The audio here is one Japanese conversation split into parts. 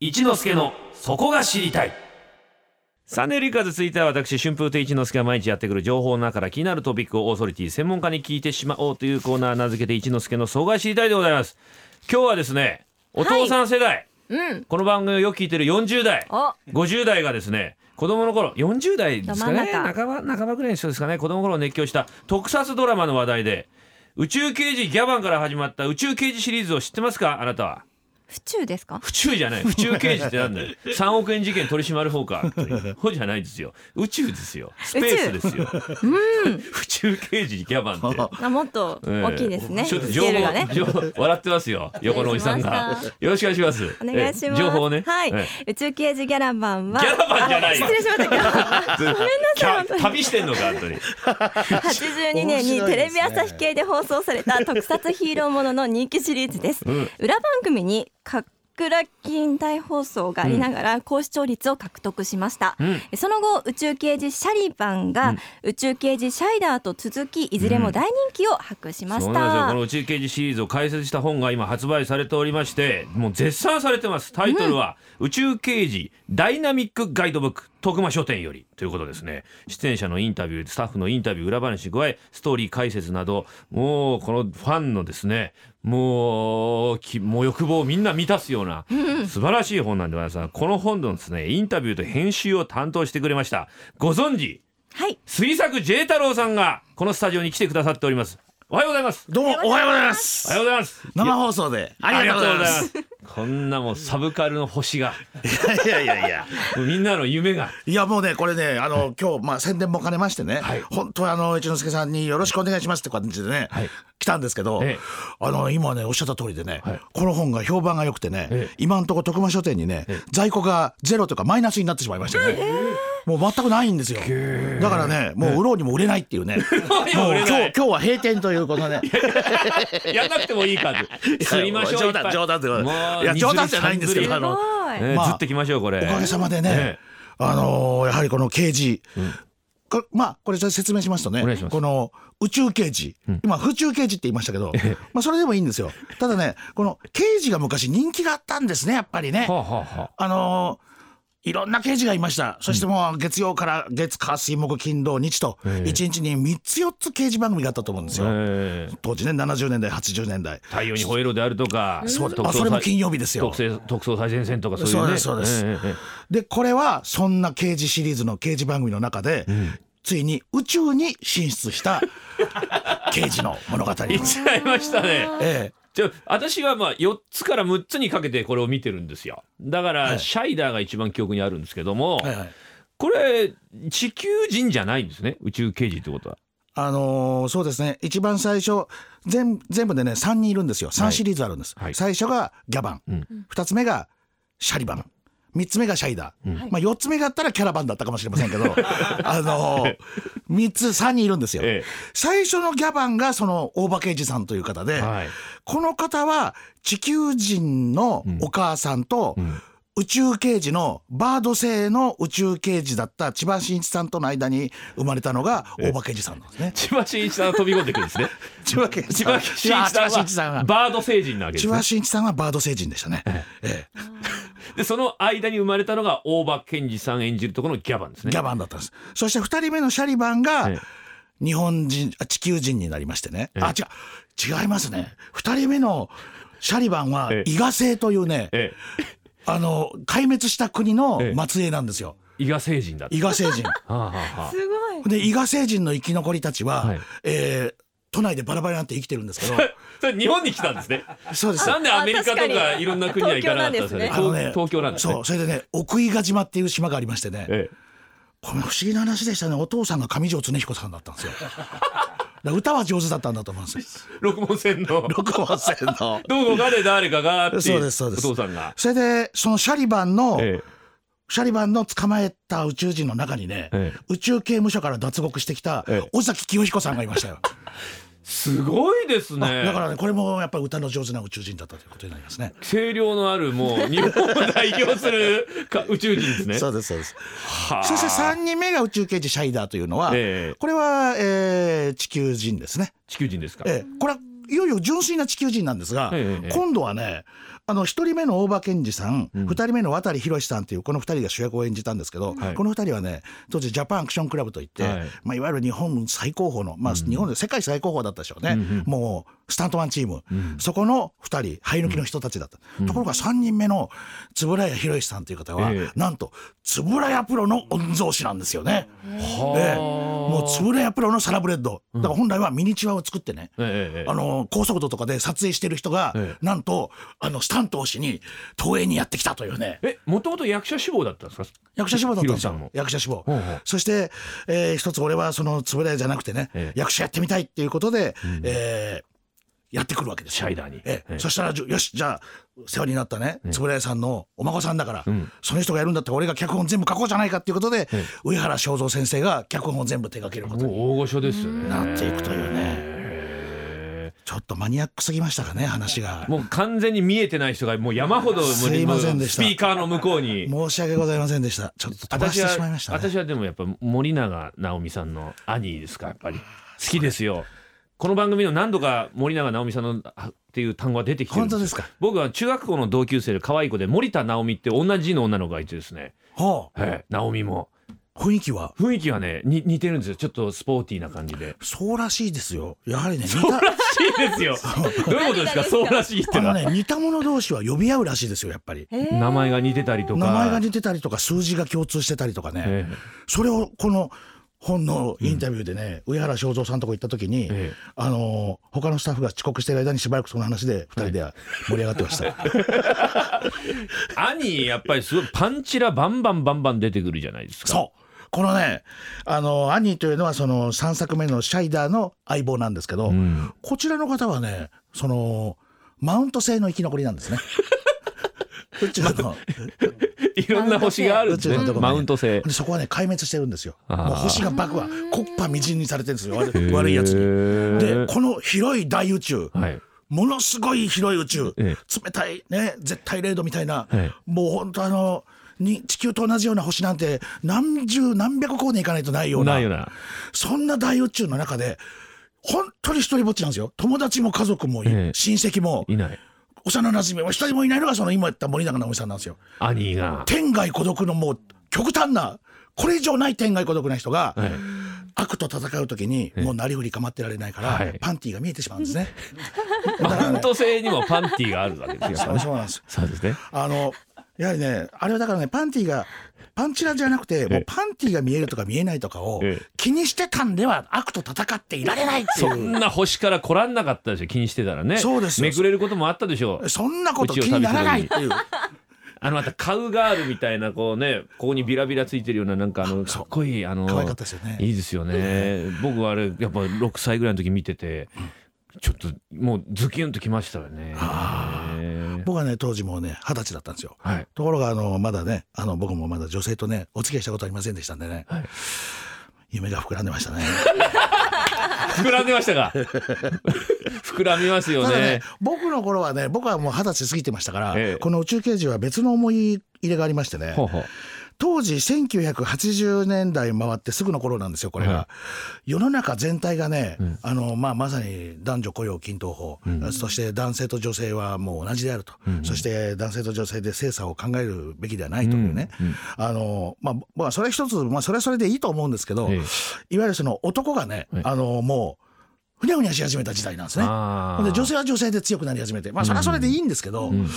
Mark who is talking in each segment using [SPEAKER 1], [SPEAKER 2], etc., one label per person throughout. [SPEAKER 1] 一之助のそこが知りたいサネリカズ続いては私春風亭一之輔が毎日やってくる情報の中から気になるトピックをオーソリティ専門家に聞いてしまおうというコーナー名付けて一之輔の「そこが知りたい」でございます今日はですねお父さん世代、
[SPEAKER 2] うん。
[SPEAKER 1] この番組をよく聞いてる40代
[SPEAKER 2] お、
[SPEAKER 1] 50代がですね子供の頃40代ですかね
[SPEAKER 2] ど真ん中
[SPEAKER 1] 半ば半ばぐらいの人ですかね子供の頃熱狂した特撮ドラマの話題で宇宙刑事ギャバンから始まった宇宙刑事シリーズを知ってますかあなたは
[SPEAKER 2] 府中ですか？
[SPEAKER 1] 府中じ ゃない府中刑事ってなんだよ3億円事件取り締まる方かという方じゃないですよ宇宙ですよスペースですよ 府中刑事ギャバン って
[SPEAKER 2] あ、もっと大きいですね。
[SPEAKER 1] ちょっと
[SPEAKER 2] ス
[SPEAKER 1] 情
[SPEAKER 2] ケール
[SPEAKER 1] 報、
[SPEAKER 2] がね。
[SPEAKER 1] 情報笑ってますよ横のおじさんが
[SPEAKER 2] 失礼しま
[SPEAKER 1] よろしくお願いします
[SPEAKER 2] お願いします。
[SPEAKER 1] え情報をね
[SPEAKER 2] はい
[SPEAKER 1] え。
[SPEAKER 2] 宇宙刑事ギャラバンは。
[SPEAKER 1] ギャラバンじゃないよ
[SPEAKER 2] あ失礼しましたギャラバン。
[SPEAKER 1] ごめんな
[SPEAKER 2] さい本当に
[SPEAKER 1] 旅してんのか本当に
[SPEAKER 2] 82年にテレビ朝日系で放送さ れた特撮ヒーローものの人気シリーズです、裏番組にか倉近代放送がありながら高視聴率を獲得しました、
[SPEAKER 1] ん
[SPEAKER 2] その後宇宙刑事シャリバンが宇宙刑事シャイダーと続きいずれも大人気を博しま
[SPEAKER 1] そ
[SPEAKER 2] し
[SPEAKER 1] うなんです
[SPEAKER 2] た、
[SPEAKER 1] よこの宇宙刑事シリーズを解説した本が今発売されておりましてもう絶賛されてますタイトルは、宇宙刑事ダイナミックガイドブック徳間書店よりということですね出演者のインタビュースタッフのインタビュー裏話に加えストーリー解説などもうこのファンのですねもうきもう欲望をみんな満たすような素晴らしい本なんでございますがこの本のですねインタビューと編集を担当してくれましたご存知
[SPEAKER 2] はい
[SPEAKER 1] 杉作 J 太郎さんがこのスタジオに来てくださっておりますおはようございます
[SPEAKER 3] どうもおはようございま
[SPEAKER 1] お
[SPEAKER 3] す
[SPEAKER 1] はようございます
[SPEAKER 3] 生放送でありがとうございます
[SPEAKER 1] ありがとうございますこんなもうサブカルの星が
[SPEAKER 3] いやいやいや
[SPEAKER 1] もうみんなの夢が
[SPEAKER 3] いやもうねこれねあの今日まあ宣伝も兼ねましてね、
[SPEAKER 1] はい
[SPEAKER 3] 本当はあの一之輔さんによろしくお願いしますって感じでね、
[SPEAKER 1] はい
[SPEAKER 3] 来たんですけど、
[SPEAKER 1] ええ
[SPEAKER 3] あの今ねおっしゃった通りでね、
[SPEAKER 1] はい
[SPEAKER 3] この本が評判が良くてね、
[SPEAKER 1] ええ
[SPEAKER 3] 今んとこ徳間書店にね、
[SPEAKER 1] ええ
[SPEAKER 3] 在庫がゼロというかマイナスになってしまいましたね、もう全くないんですよだからねもう売ろうにも売れないっていうね、
[SPEAKER 1] ろうにも
[SPEAKER 3] も
[SPEAKER 1] 売
[SPEAKER 3] う
[SPEAKER 1] れ
[SPEAKER 3] 今
[SPEAKER 1] ない
[SPEAKER 3] 日今日は閉店ということで、ね、
[SPEAKER 1] やんなくてもいいかってすりましょう
[SPEAKER 3] 冗談冗談でございますいや冗談じゃないんですけど
[SPEAKER 2] す
[SPEAKER 3] あ
[SPEAKER 2] ご
[SPEAKER 3] の
[SPEAKER 2] い、
[SPEAKER 1] ね
[SPEAKER 3] まあ
[SPEAKER 1] ずってきましょうこれ
[SPEAKER 3] おかげさまで
[SPEAKER 1] え
[SPEAKER 3] ね、あのーやはりこの刑事、こまあこれちょっと説明しますとね
[SPEAKER 1] お願いします
[SPEAKER 3] この宇宙刑事、今府中刑事って言いましたけど、まあそれでもいいんですよただねこの刑事が昔人気があったんですねやっぱりね
[SPEAKER 1] はあ、はあはあ
[SPEAKER 3] あのーいろんな刑事がいましたそしてもう月曜から月火水木金土日と
[SPEAKER 1] ええ
[SPEAKER 3] 1日に3つ4つ刑事番組があったと思うんですよ、
[SPEAKER 1] えー
[SPEAKER 3] 当時ね70年代80年代
[SPEAKER 1] 太陽に吠えろであるとか
[SPEAKER 3] そう
[SPEAKER 1] 特捜
[SPEAKER 3] あそれも
[SPEAKER 1] 最
[SPEAKER 3] 金曜日ですよ
[SPEAKER 1] 特捜特捜最前線とかそういうね
[SPEAKER 3] そうですそうで
[SPEAKER 1] え
[SPEAKER 3] す
[SPEAKER 1] ええ
[SPEAKER 3] でこれはそんな刑事シリーズの刑事番組の中で、ついに宇宙に進出した 刑事の物語
[SPEAKER 1] え
[SPEAKER 3] で
[SPEAKER 1] 行っ
[SPEAKER 3] す。
[SPEAKER 1] ちゃいましたね
[SPEAKER 3] ええ
[SPEAKER 1] じゃあ私はまあ4つから6つにかけてこれを見てるんですよだから、
[SPEAKER 3] はい
[SPEAKER 1] シャイダーが一番記憶にあるんですけども、
[SPEAKER 3] はいはい
[SPEAKER 1] これ地球人じゃないんですね宇宙刑事ってことは
[SPEAKER 3] あのーそうですね一番最初全全部でね3人いるんですよ3シリーズあるんです、
[SPEAKER 1] はい
[SPEAKER 3] 最初がギャバン、
[SPEAKER 1] う
[SPEAKER 3] 二
[SPEAKER 1] ん
[SPEAKER 3] 2つ目がシャリバン3つ目がシャイダー、
[SPEAKER 1] うん
[SPEAKER 3] まあ、4つ目があったらキャラバンだったかもしれませんけどあのー、3つ3人いるんですよ、
[SPEAKER 1] え
[SPEAKER 3] 最初のギャバンがその大場刑事さんという方で、
[SPEAKER 1] えはい、
[SPEAKER 3] この方は地球人のお母さんと
[SPEAKER 1] うん、
[SPEAKER 3] 宇宙刑事のバード星の宇宙刑事だった千葉真一さんとの間に生まれたのが大場刑事さんなんですね。
[SPEAKER 1] 千葉真一さんが飛び込んでくるんですね
[SPEAKER 3] 千葉刑
[SPEAKER 1] 千葉真一さんはバード星人なわけです、
[SPEAKER 3] 千葉
[SPEAKER 1] ね、
[SPEAKER 3] 真一さんはバード星人でしたね。ええ
[SPEAKER 1] でその間に生まれたのが大場健二さん演じるところのギャバンですね
[SPEAKER 3] ギャバンだったんです。そして二人目のシャリバン
[SPEAKER 1] え
[SPEAKER 3] が日本人、あ地球人になりましてね。あ、違う、違いますね。二人目のシャリバンは
[SPEAKER 1] ええ
[SPEAKER 3] 伊賀星というね、
[SPEAKER 1] え
[SPEAKER 3] あの、壊滅した国の
[SPEAKER 1] ええ
[SPEAKER 3] 末裔なんですよ。
[SPEAKER 1] え、伊賀星人だって
[SPEAKER 3] 伊賀星人。
[SPEAKER 1] はあはあはあ
[SPEAKER 2] すごい
[SPEAKER 3] で伊賀星人の生き残りたちは、
[SPEAKER 1] はい
[SPEAKER 3] えー都内でバラバラになって生きてるんです けど
[SPEAKER 1] それ日本に来たんですね
[SPEAKER 3] そうです
[SPEAKER 1] なんでアメリカと
[SPEAKER 2] あ確か
[SPEAKER 1] か
[SPEAKER 2] に
[SPEAKER 1] いろんな国には行かなかったんですよね
[SPEAKER 3] あのね
[SPEAKER 1] 東京なんですね
[SPEAKER 3] そうそれでね奥伊賀島っていう島がありましてね
[SPEAKER 1] え
[SPEAKER 3] これ不思議な話でしたねお父さんが上条恒彦さんだったん ですよだから歌は上手だったんだと思うんですよ
[SPEAKER 1] え、六本線の
[SPEAKER 3] 六本線の
[SPEAKER 1] どこかで誰かがってい
[SPEAKER 3] そうですそうです
[SPEAKER 1] お父さんが、
[SPEAKER 3] それでそのシャリバンの、
[SPEAKER 1] え
[SPEAKER 3] シャリバンの捕まえた宇宙人の中にね、
[SPEAKER 1] ええ
[SPEAKER 3] 宇宙刑務所から脱獄してきた
[SPEAKER 1] ええ
[SPEAKER 3] 尾崎清彦さんがいましたよ、
[SPEAKER 1] え、すごいですね
[SPEAKER 3] だからねこれもやっぱり歌の上手な宇宙人だったということになりますね
[SPEAKER 1] 声量のあるも う日本を代表するか宇宙人ですね。
[SPEAKER 3] そうですそうです
[SPEAKER 1] はあ
[SPEAKER 3] そして3人目が宇宙刑事シャイダーというのは、
[SPEAKER 1] ええ
[SPEAKER 3] これは、えー地球人ですね、
[SPEAKER 1] 地球人ですか。
[SPEAKER 3] ええこれはいよいよ純粋な地球人なんですが、
[SPEAKER 1] ええええ
[SPEAKER 3] 今度はねあの1人目の大場健二さん、二2人目の渡博さんっていうこの2人が主役を演じたんですけど、
[SPEAKER 1] はい
[SPEAKER 3] この2人はね当時ジャパンアクションクラブといって、
[SPEAKER 1] はい
[SPEAKER 3] いまあ、いわゆる日本最高峰の、まあ、日本で世界最高峰だったでしょうね、もうスタントマンチーム、そこの2人生え抜きの人たちだった、ところが3人目の円谷博さんという方は、
[SPEAKER 1] ええ
[SPEAKER 3] なんと円谷プロの御曹司なんですよね。でもう円谷プロのサラブレッドだから本来はミニチュアを作ってね、
[SPEAKER 1] えええ
[SPEAKER 3] あの高速度とかで撮影してる人が、
[SPEAKER 1] え
[SPEAKER 3] なんとあのスタントをしに東映にやってきたというね
[SPEAKER 1] ええもともと役者志望だったんですか
[SPEAKER 3] 役者志望だったんです
[SPEAKER 1] ひろきさんも
[SPEAKER 3] よ役者志望、
[SPEAKER 1] ほうほう
[SPEAKER 3] そして、えー一つ俺はその円谷じゃなくてね、
[SPEAKER 1] ええ
[SPEAKER 3] 役者やってみたいっていうことで、えーやってくるわけです
[SPEAKER 1] シ
[SPEAKER 3] よ
[SPEAKER 1] ャイダーに
[SPEAKER 3] ええ
[SPEAKER 1] ええ
[SPEAKER 3] そしたらじゅよしじゃあ世話になったね円谷さんのお孫さんだから、
[SPEAKER 1] ん
[SPEAKER 3] その人がやるんだったら俺が脚本全部書こうじゃないかっていうことで、
[SPEAKER 1] ええ
[SPEAKER 3] 上原正蔵先生が脚本を全部手掛けること
[SPEAKER 1] もう
[SPEAKER 3] に
[SPEAKER 1] 大御所ですよね
[SPEAKER 3] なっていくというね
[SPEAKER 1] へ
[SPEAKER 3] ちょっとマニアックすぎましたかね話が
[SPEAKER 1] え。もう完全に見えてない人がもう山ほどもう
[SPEAKER 3] すいませんでした
[SPEAKER 1] スピーカーの向こうに
[SPEAKER 3] 申し訳ございませんでした。ちょっと飛ばしてしまいました、ね。
[SPEAKER 1] 私はでもやっぱ森永直美さんの兄ですかやっぱり好きですよこの番組の何度か森永直美さんのあっていう単語が出てきてるん
[SPEAKER 3] 本当ですか
[SPEAKER 1] 僕は中学校の同級生で可愛い子で森田直美って同じの女の子がいてですね、
[SPEAKER 3] はあ、
[SPEAKER 1] はい、直美も
[SPEAKER 3] 雰囲気は
[SPEAKER 1] 雰囲気がねに似てるんですよちょっとスポーティーな感じ で
[SPEAKER 3] そうらしいですよ。やはりね、似
[SPEAKER 1] そう
[SPEAKER 3] た
[SPEAKER 1] らしいですよどういうこと ですかそうらしいって
[SPEAKER 3] あ
[SPEAKER 1] の
[SPEAKER 3] の
[SPEAKER 1] は、
[SPEAKER 3] ね、似た者同士は呼び合うらしいですよ。やっぱり。
[SPEAKER 2] へー
[SPEAKER 1] 名前が似てたりとか
[SPEAKER 3] 名前が似てたりとか、数字が共通してたりとかね。
[SPEAKER 1] え
[SPEAKER 3] それをこの本のインタビューでね、上原正蔵さんとこ行った時に、
[SPEAKER 1] ええ
[SPEAKER 3] あのー他のスタッフが遅刻してる間にしばらくその話で二人で盛り上がっ てました。
[SPEAKER 1] え兄やっぱりすごいパンチラバンバンバンバン出てくるじゃないですか
[SPEAKER 3] そうこのね、あのー兄というのはその3作目のシャイダーの相棒なんですけど、
[SPEAKER 1] ん
[SPEAKER 3] こちらの方はね、そのマウント製の生き残りな んですね。宇宙の
[SPEAKER 1] いろんな星があるんですね
[SPEAKER 3] マウント制
[SPEAKER 1] マウント制
[SPEAKER 3] でそこはね壊滅してるんですよ。
[SPEAKER 1] あー
[SPEAKER 3] もう星が爆破コッパみじんにされてるんですよ悪い悪いやつに。で
[SPEAKER 1] に
[SPEAKER 3] この広い大宇宙、
[SPEAKER 1] はい
[SPEAKER 3] ものすごい広い宇宙、
[SPEAKER 1] え
[SPEAKER 3] 冷たいね絶対0度みたいな、
[SPEAKER 1] え
[SPEAKER 3] もう本当あのに地球と同じような星なんて何十何百光年いかないとないような
[SPEAKER 1] ないよな
[SPEAKER 3] そんな大宇宙の中で本当に一人ぼっちなんですよ友達も家族もい、
[SPEAKER 1] ええ
[SPEAKER 3] 親戚も
[SPEAKER 1] いない
[SPEAKER 3] 幼馴染も一人もいないのがその今言った森永直美さんなんですよ。
[SPEAKER 1] 兄が
[SPEAKER 3] 天涯孤独のもう極端なこれ以上ない天涯孤独な人が、
[SPEAKER 1] はい
[SPEAKER 3] 悪と戦う時にもうなりふり構ってられないから、
[SPEAKER 1] はい
[SPEAKER 3] パンティーが見えてしまうんで すね。
[SPEAKER 1] マウント制にもパンティがあるわけですよ
[SPEAKER 3] そうそうなんです
[SPEAKER 1] そうですね
[SPEAKER 3] あのやはりねあれはだからねパンティーがパンチラじゃなくてもうパンティーが見えるとか見えないとかを
[SPEAKER 1] ええ
[SPEAKER 3] 気にしてたんでは悪と戦っていられないって
[SPEAKER 1] そ
[SPEAKER 3] い
[SPEAKER 1] ん
[SPEAKER 3] う。
[SPEAKER 1] な星から来らんなかったでしょ気にしてたらね
[SPEAKER 3] そうですよ
[SPEAKER 1] めくれることもあったでしょう
[SPEAKER 3] そんなこと気にならないっていう
[SPEAKER 1] あのまたカウガールみたいなこうねここにビラビラついてるようななんかあのかっこいいあの
[SPEAKER 3] 可愛かったですよね
[SPEAKER 1] いいですよね僕はあれやっぱ6歳ぐらいの時見ててちょっともうズキュンときましたよね
[SPEAKER 3] 僕はね当時もうね二十歳だったんですよ
[SPEAKER 1] はい
[SPEAKER 3] ところがあのまだねあの僕もまだ女性とねお付き合いしたことありませんでしたんでね、
[SPEAKER 1] はい
[SPEAKER 3] 夢が膨らんでましたね
[SPEAKER 1] 膨らんでました か膨らみます
[SPEAKER 3] た
[SPEAKER 1] よ
[SPEAKER 3] だ
[SPEAKER 1] ね
[SPEAKER 3] ね僕の頃はね僕はもう二十歳過ぎてましたから、
[SPEAKER 1] ええ
[SPEAKER 3] この宇宙刑事は別の思い入れがありましてね
[SPEAKER 1] ほうほう
[SPEAKER 3] 当時1980年代回ってすぐの頃なんですよこれが、
[SPEAKER 1] は
[SPEAKER 3] 世の中全体がね、
[SPEAKER 1] うん
[SPEAKER 3] あのまあ、まさに男女雇用均等法、
[SPEAKER 1] うん
[SPEAKER 3] そして男性と女性はもう同じであると、
[SPEAKER 1] うん
[SPEAKER 3] そして男性と女性で性差を考えるべきではないというね、
[SPEAKER 1] うんうん
[SPEAKER 3] あのまあ、まあそれは一つ、まあ、それはそれでいいと思うんですけど、
[SPEAKER 1] ええ
[SPEAKER 3] いわゆるその男がね、
[SPEAKER 1] はい
[SPEAKER 3] あのもうふにゃふにゃし始めた時代なんですね。
[SPEAKER 1] あー
[SPEAKER 3] で女性は女性で強くなり始めてまあそれはそれでいいんですけど、
[SPEAKER 1] うん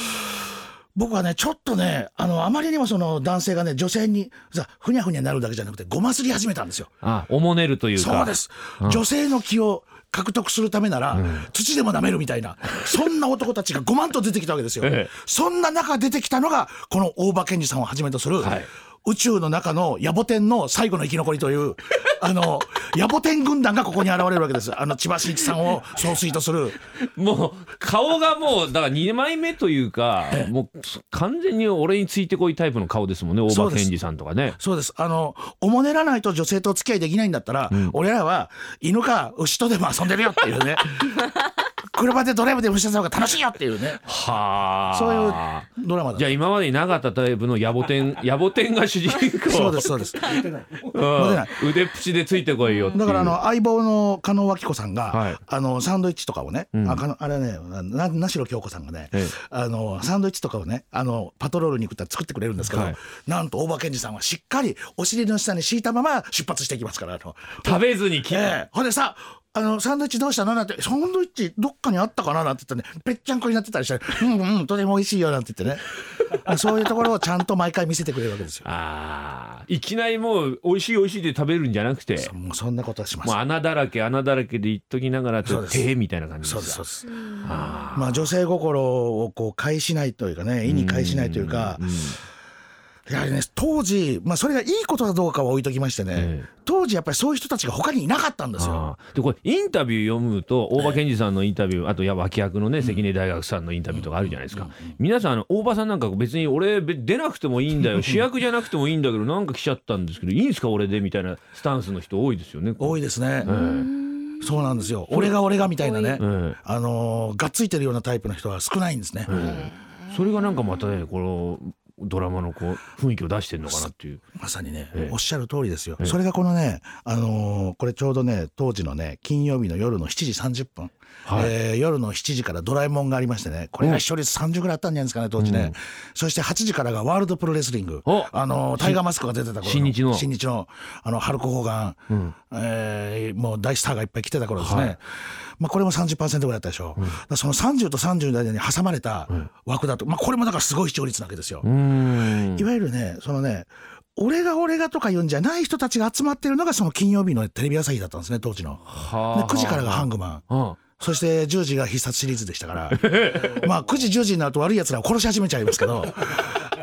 [SPEAKER 3] 僕はねちょっとねあのあまりにもその男性がね女性にさふにゃふにゃになるだけじゃなくてごますり始めたんですよ。
[SPEAKER 1] あおもねるというか
[SPEAKER 3] そうです、
[SPEAKER 1] うん
[SPEAKER 3] 女性の気を獲得するためなら、土でも舐めるみたいなそんな男たちがごまんと出てきたわけですよ、
[SPEAKER 1] ええ
[SPEAKER 3] そんな中出てきたのがこの大場健二さんをはじめとする、
[SPEAKER 1] はい
[SPEAKER 3] 宇宙の中の野暮天の最後の生き残りというあの野暮天軍団がここに現れるわけですあの千葉真一さんを総帥とする
[SPEAKER 1] もう顔がもうだから2枚目というかもう完全に俺についてこいタイプの顔ですもんね大
[SPEAKER 3] そう
[SPEAKER 1] 場
[SPEAKER 3] です
[SPEAKER 1] 健二さんとかね
[SPEAKER 3] そうですあのおもねらないと女性とお 付き合いできないんだったら、俺らは犬か牛とでも遊んでるよっていうね車でドライブで虫刺さ方が楽しいよっていうね
[SPEAKER 1] はあ
[SPEAKER 3] そういうドラマだ
[SPEAKER 1] じゃあ今までになかったタイプの野暮 天野暮天が主人公
[SPEAKER 3] そうです そうです
[SPEAKER 1] うん
[SPEAKER 3] モテない
[SPEAKER 1] 腕っぷしでついてこいよっていう
[SPEAKER 3] だからあの相棒の加納脇子さんが、
[SPEAKER 1] はい
[SPEAKER 3] あのサンドイッチとかをね、
[SPEAKER 1] ん
[SPEAKER 3] あかのあれはねななしろ京子さんがね、
[SPEAKER 1] ええ
[SPEAKER 3] あのサンドイッチとかをねあのパトロールに行くったら作ってくれるんですけど、
[SPEAKER 1] はい
[SPEAKER 3] なんと大場健二さんはしっかりお尻の下に敷いたまま出発していきますからあの、
[SPEAKER 1] 食べずに切
[SPEAKER 3] え
[SPEAKER 1] る
[SPEAKER 3] えほんでさあのサンドイッチどうしたのなんてサンドイッチどっかにあったかななんて言ってねぺっちゃんこになってたりして「うんうんとても美味しいよ」なんて言ってね そういうところをちゃんと毎回見せてくれるわけですよ。
[SPEAKER 1] ああいきなりもう美味しい美味しいで食べるんじゃなくて
[SPEAKER 3] もうそんなことはしま
[SPEAKER 1] もう
[SPEAKER 3] す。
[SPEAKER 1] 穴だらけ穴だらけで言っときながらちょっと
[SPEAKER 3] そうです
[SPEAKER 1] 手みたいな感じ
[SPEAKER 3] そう
[SPEAKER 1] で
[SPEAKER 3] です
[SPEAKER 1] す
[SPEAKER 3] そ
[SPEAKER 1] か
[SPEAKER 3] うです
[SPEAKER 1] あ
[SPEAKER 3] まあ女性心をこう介しないというかね意に介しないというか
[SPEAKER 1] うん
[SPEAKER 3] やはりね当時、まあ、それがいいことかどうかは置いときましてね、
[SPEAKER 1] ええ
[SPEAKER 3] 当時やっぱりそういう人たちが他にいなかったんですよ。
[SPEAKER 1] あーでこれインタビュー読むと大場健二さんのインタビューあといや脇役のね関根大学さんのインタビューとかあるじゃないですか皆さんあの大場さんなんか別に俺べ出なくてもいいん だよ主役じゃなくてもいいんだけどなんか来ちゃったんですけどいいんですか俺でみたいなスタンスの人多いですよね。
[SPEAKER 3] 多いですね、
[SPEAKER 1] ええ
[SPEAKER 3] そうなんですよ俺が俺がみたいなね、
[SPEAKER 1] え
[SPEAKER 3] あのーがっついてるようなタイプの人は少ないんですね、
[SPEAKER 1] えええそれがなんかまたねこのドラマのこう雰囲気を出してるのかなっていう。
[SPEAKER 3] まさにね、
[SPEAKER 1] ええ
[SPEAKER 3] おっしゃる通りですよ、
[SPEAKER 1] ええ
[SPEAKER 3] それがこのね、あのーこれちょうどね当時のね金曜日の夜の7時30分、
[SPEAKER 1] はい
[SPEAKER 3] えー夜の7時から「ドラえもん」がありましてねこれが視聴率30ぐらいあったんじゃないですかね当時ね、
[SPEAKER 1] うん
[SPEAKER 3] そして8時からがワールドプロレスリング
[SPEAKER 1] お
[SPEAKER 3] あのータイガーマスクが出てた頃
[SPEAKER 1] 新日の
[SPEAKER 3] 新日のあのハルク・ホーガン、
[SPEAKER 1] うん
[SPEAKER 3] えーもう大スターがいっぱい来てた頃ですね、
[SPEAKER 1] はい
[SPEAKER 3] まあ、これも30%ぐらいだったでしょう、だからその30と30の間に挟まれた枠だと、まあ、これもだからすごい視聴率なわけですよ、
[SPEAKER 1] うーん
[SPEAKER 3] いわゆるねそのね俺が俺がとか言うんじゃない人たちが集まってるのがその金曜日のテレビ朝日だったんですね当時の。で
[SPEAKER 1] はあ
[SPEAKER 3] 9時からがハングマン
[SPEAKER 1] うん
[SPEAKER 3] そして10時が必殺シリーズでしたから まあ9時10時になると悪い奴らを殺し始めちゃいますけど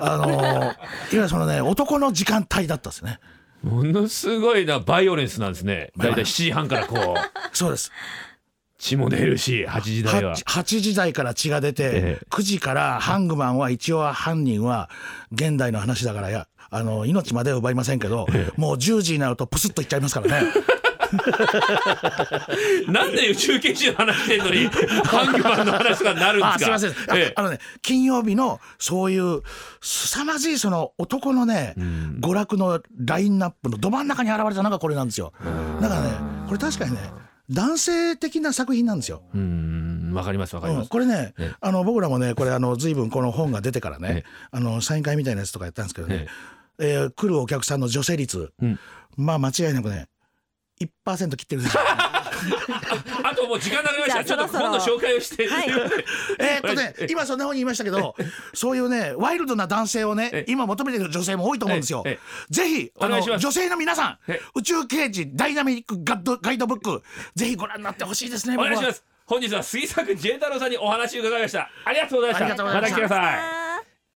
[SPEAKER 3] あのいわゆるそのね男の時間帯だったんですね
[SPEAKER 1] ものすごいなバイオレンスなんですね。だいたい7時半からこ う。
[SPEAKER 3] そうです
[SPEAKER 1] 血も出るし8時台は
[SPEAKER 3] 8, 時台から血が出
[SPEAKER 1] え
[SPEAKER 3] て、9時からハングマンは一応は犯人は現代の話だからやあの命までは奪いませんけど、もう10時になるとプスッといっちゃいますからね。
[SPEAKER 1] なんで中継中の話してんのに ハングマンの話がなるんですか
[SPEAKER 3] あすいません、あ
[SPEAKER 1] ええ
[SPEAKER 3] あのね金曜日のそういう凄まじいその男のね、娯楽のラインナップのど真ん中に現れたのがこれなんですよだからねこれ確かにね男性的な作品なんですよ、
[SPEAKER 1] うーんわかりますわかり
[SPEAKER 3] う
[SPEAKER 1] ま
[SPEAKER 3] ん、
[SPEAKER 1] す、
[SPEAKER 3] これね
[SPEAKER 1] ええ
[SPEAKER 3] あの僕らもねこれあの随分この本が出てから
[SPEAKER 1] ええ
[SPEAKER 3] ねあのサイン会みたいなやつとかやったんですけど
[SPEAKER 1] え
[SPEAKER 3] ね、えー来るお客さんの女性率、
[SPEAKER 1] うん
[SPEAKER 3] まあ間違いなくね1%切ってるんですよ
[SPEAKER 1] あともう時間なくなりました
[SPEAKER 2] じ
[SPEAKER 1] ちょ
[SPEAKER 2] ゃあ
[SPEAKER 1] っと
[SPEAKER 2] そろ
[SPEAKER 1] 今
[SPEAKER 2] そ
[SPEAKER 1] 度
[SPEAKER 2] ろ
[SPEAKER 1] 紹介をして、
[SPEAKER 2] は
[SPEAKER 1] す
[SPEAKER 2] い
[SPEAKER 1] いません
[SPEAKER 3] えー っとね今そんなふうに言いましたけどそういうねワイルドな男性を
[SPEAKER 1] え
[SPEAKER 3] ね今求めてる女性も多いと思うんですよ
[SPEAKER 1] えええ
[SPEAKER 3] ぜひあ
[SPEAKER 1] お願い
[SPEAKER 3] の
[SPEAKER 1] します
[SPEAKER 3] 女性の皆さん
[SPEAKER 1] ええ
[SPEAKER 3] 宇宙刑事ダイナミックガッドガイドブックぜひご覧になってほしいですね
[SPEAKER 1] お願いしますす本日は杉作慈太郎さんにお話を伺いましたありがとうございました
[SPEAKER 3] ありがとうございました
[SPEAKER 1] た来てください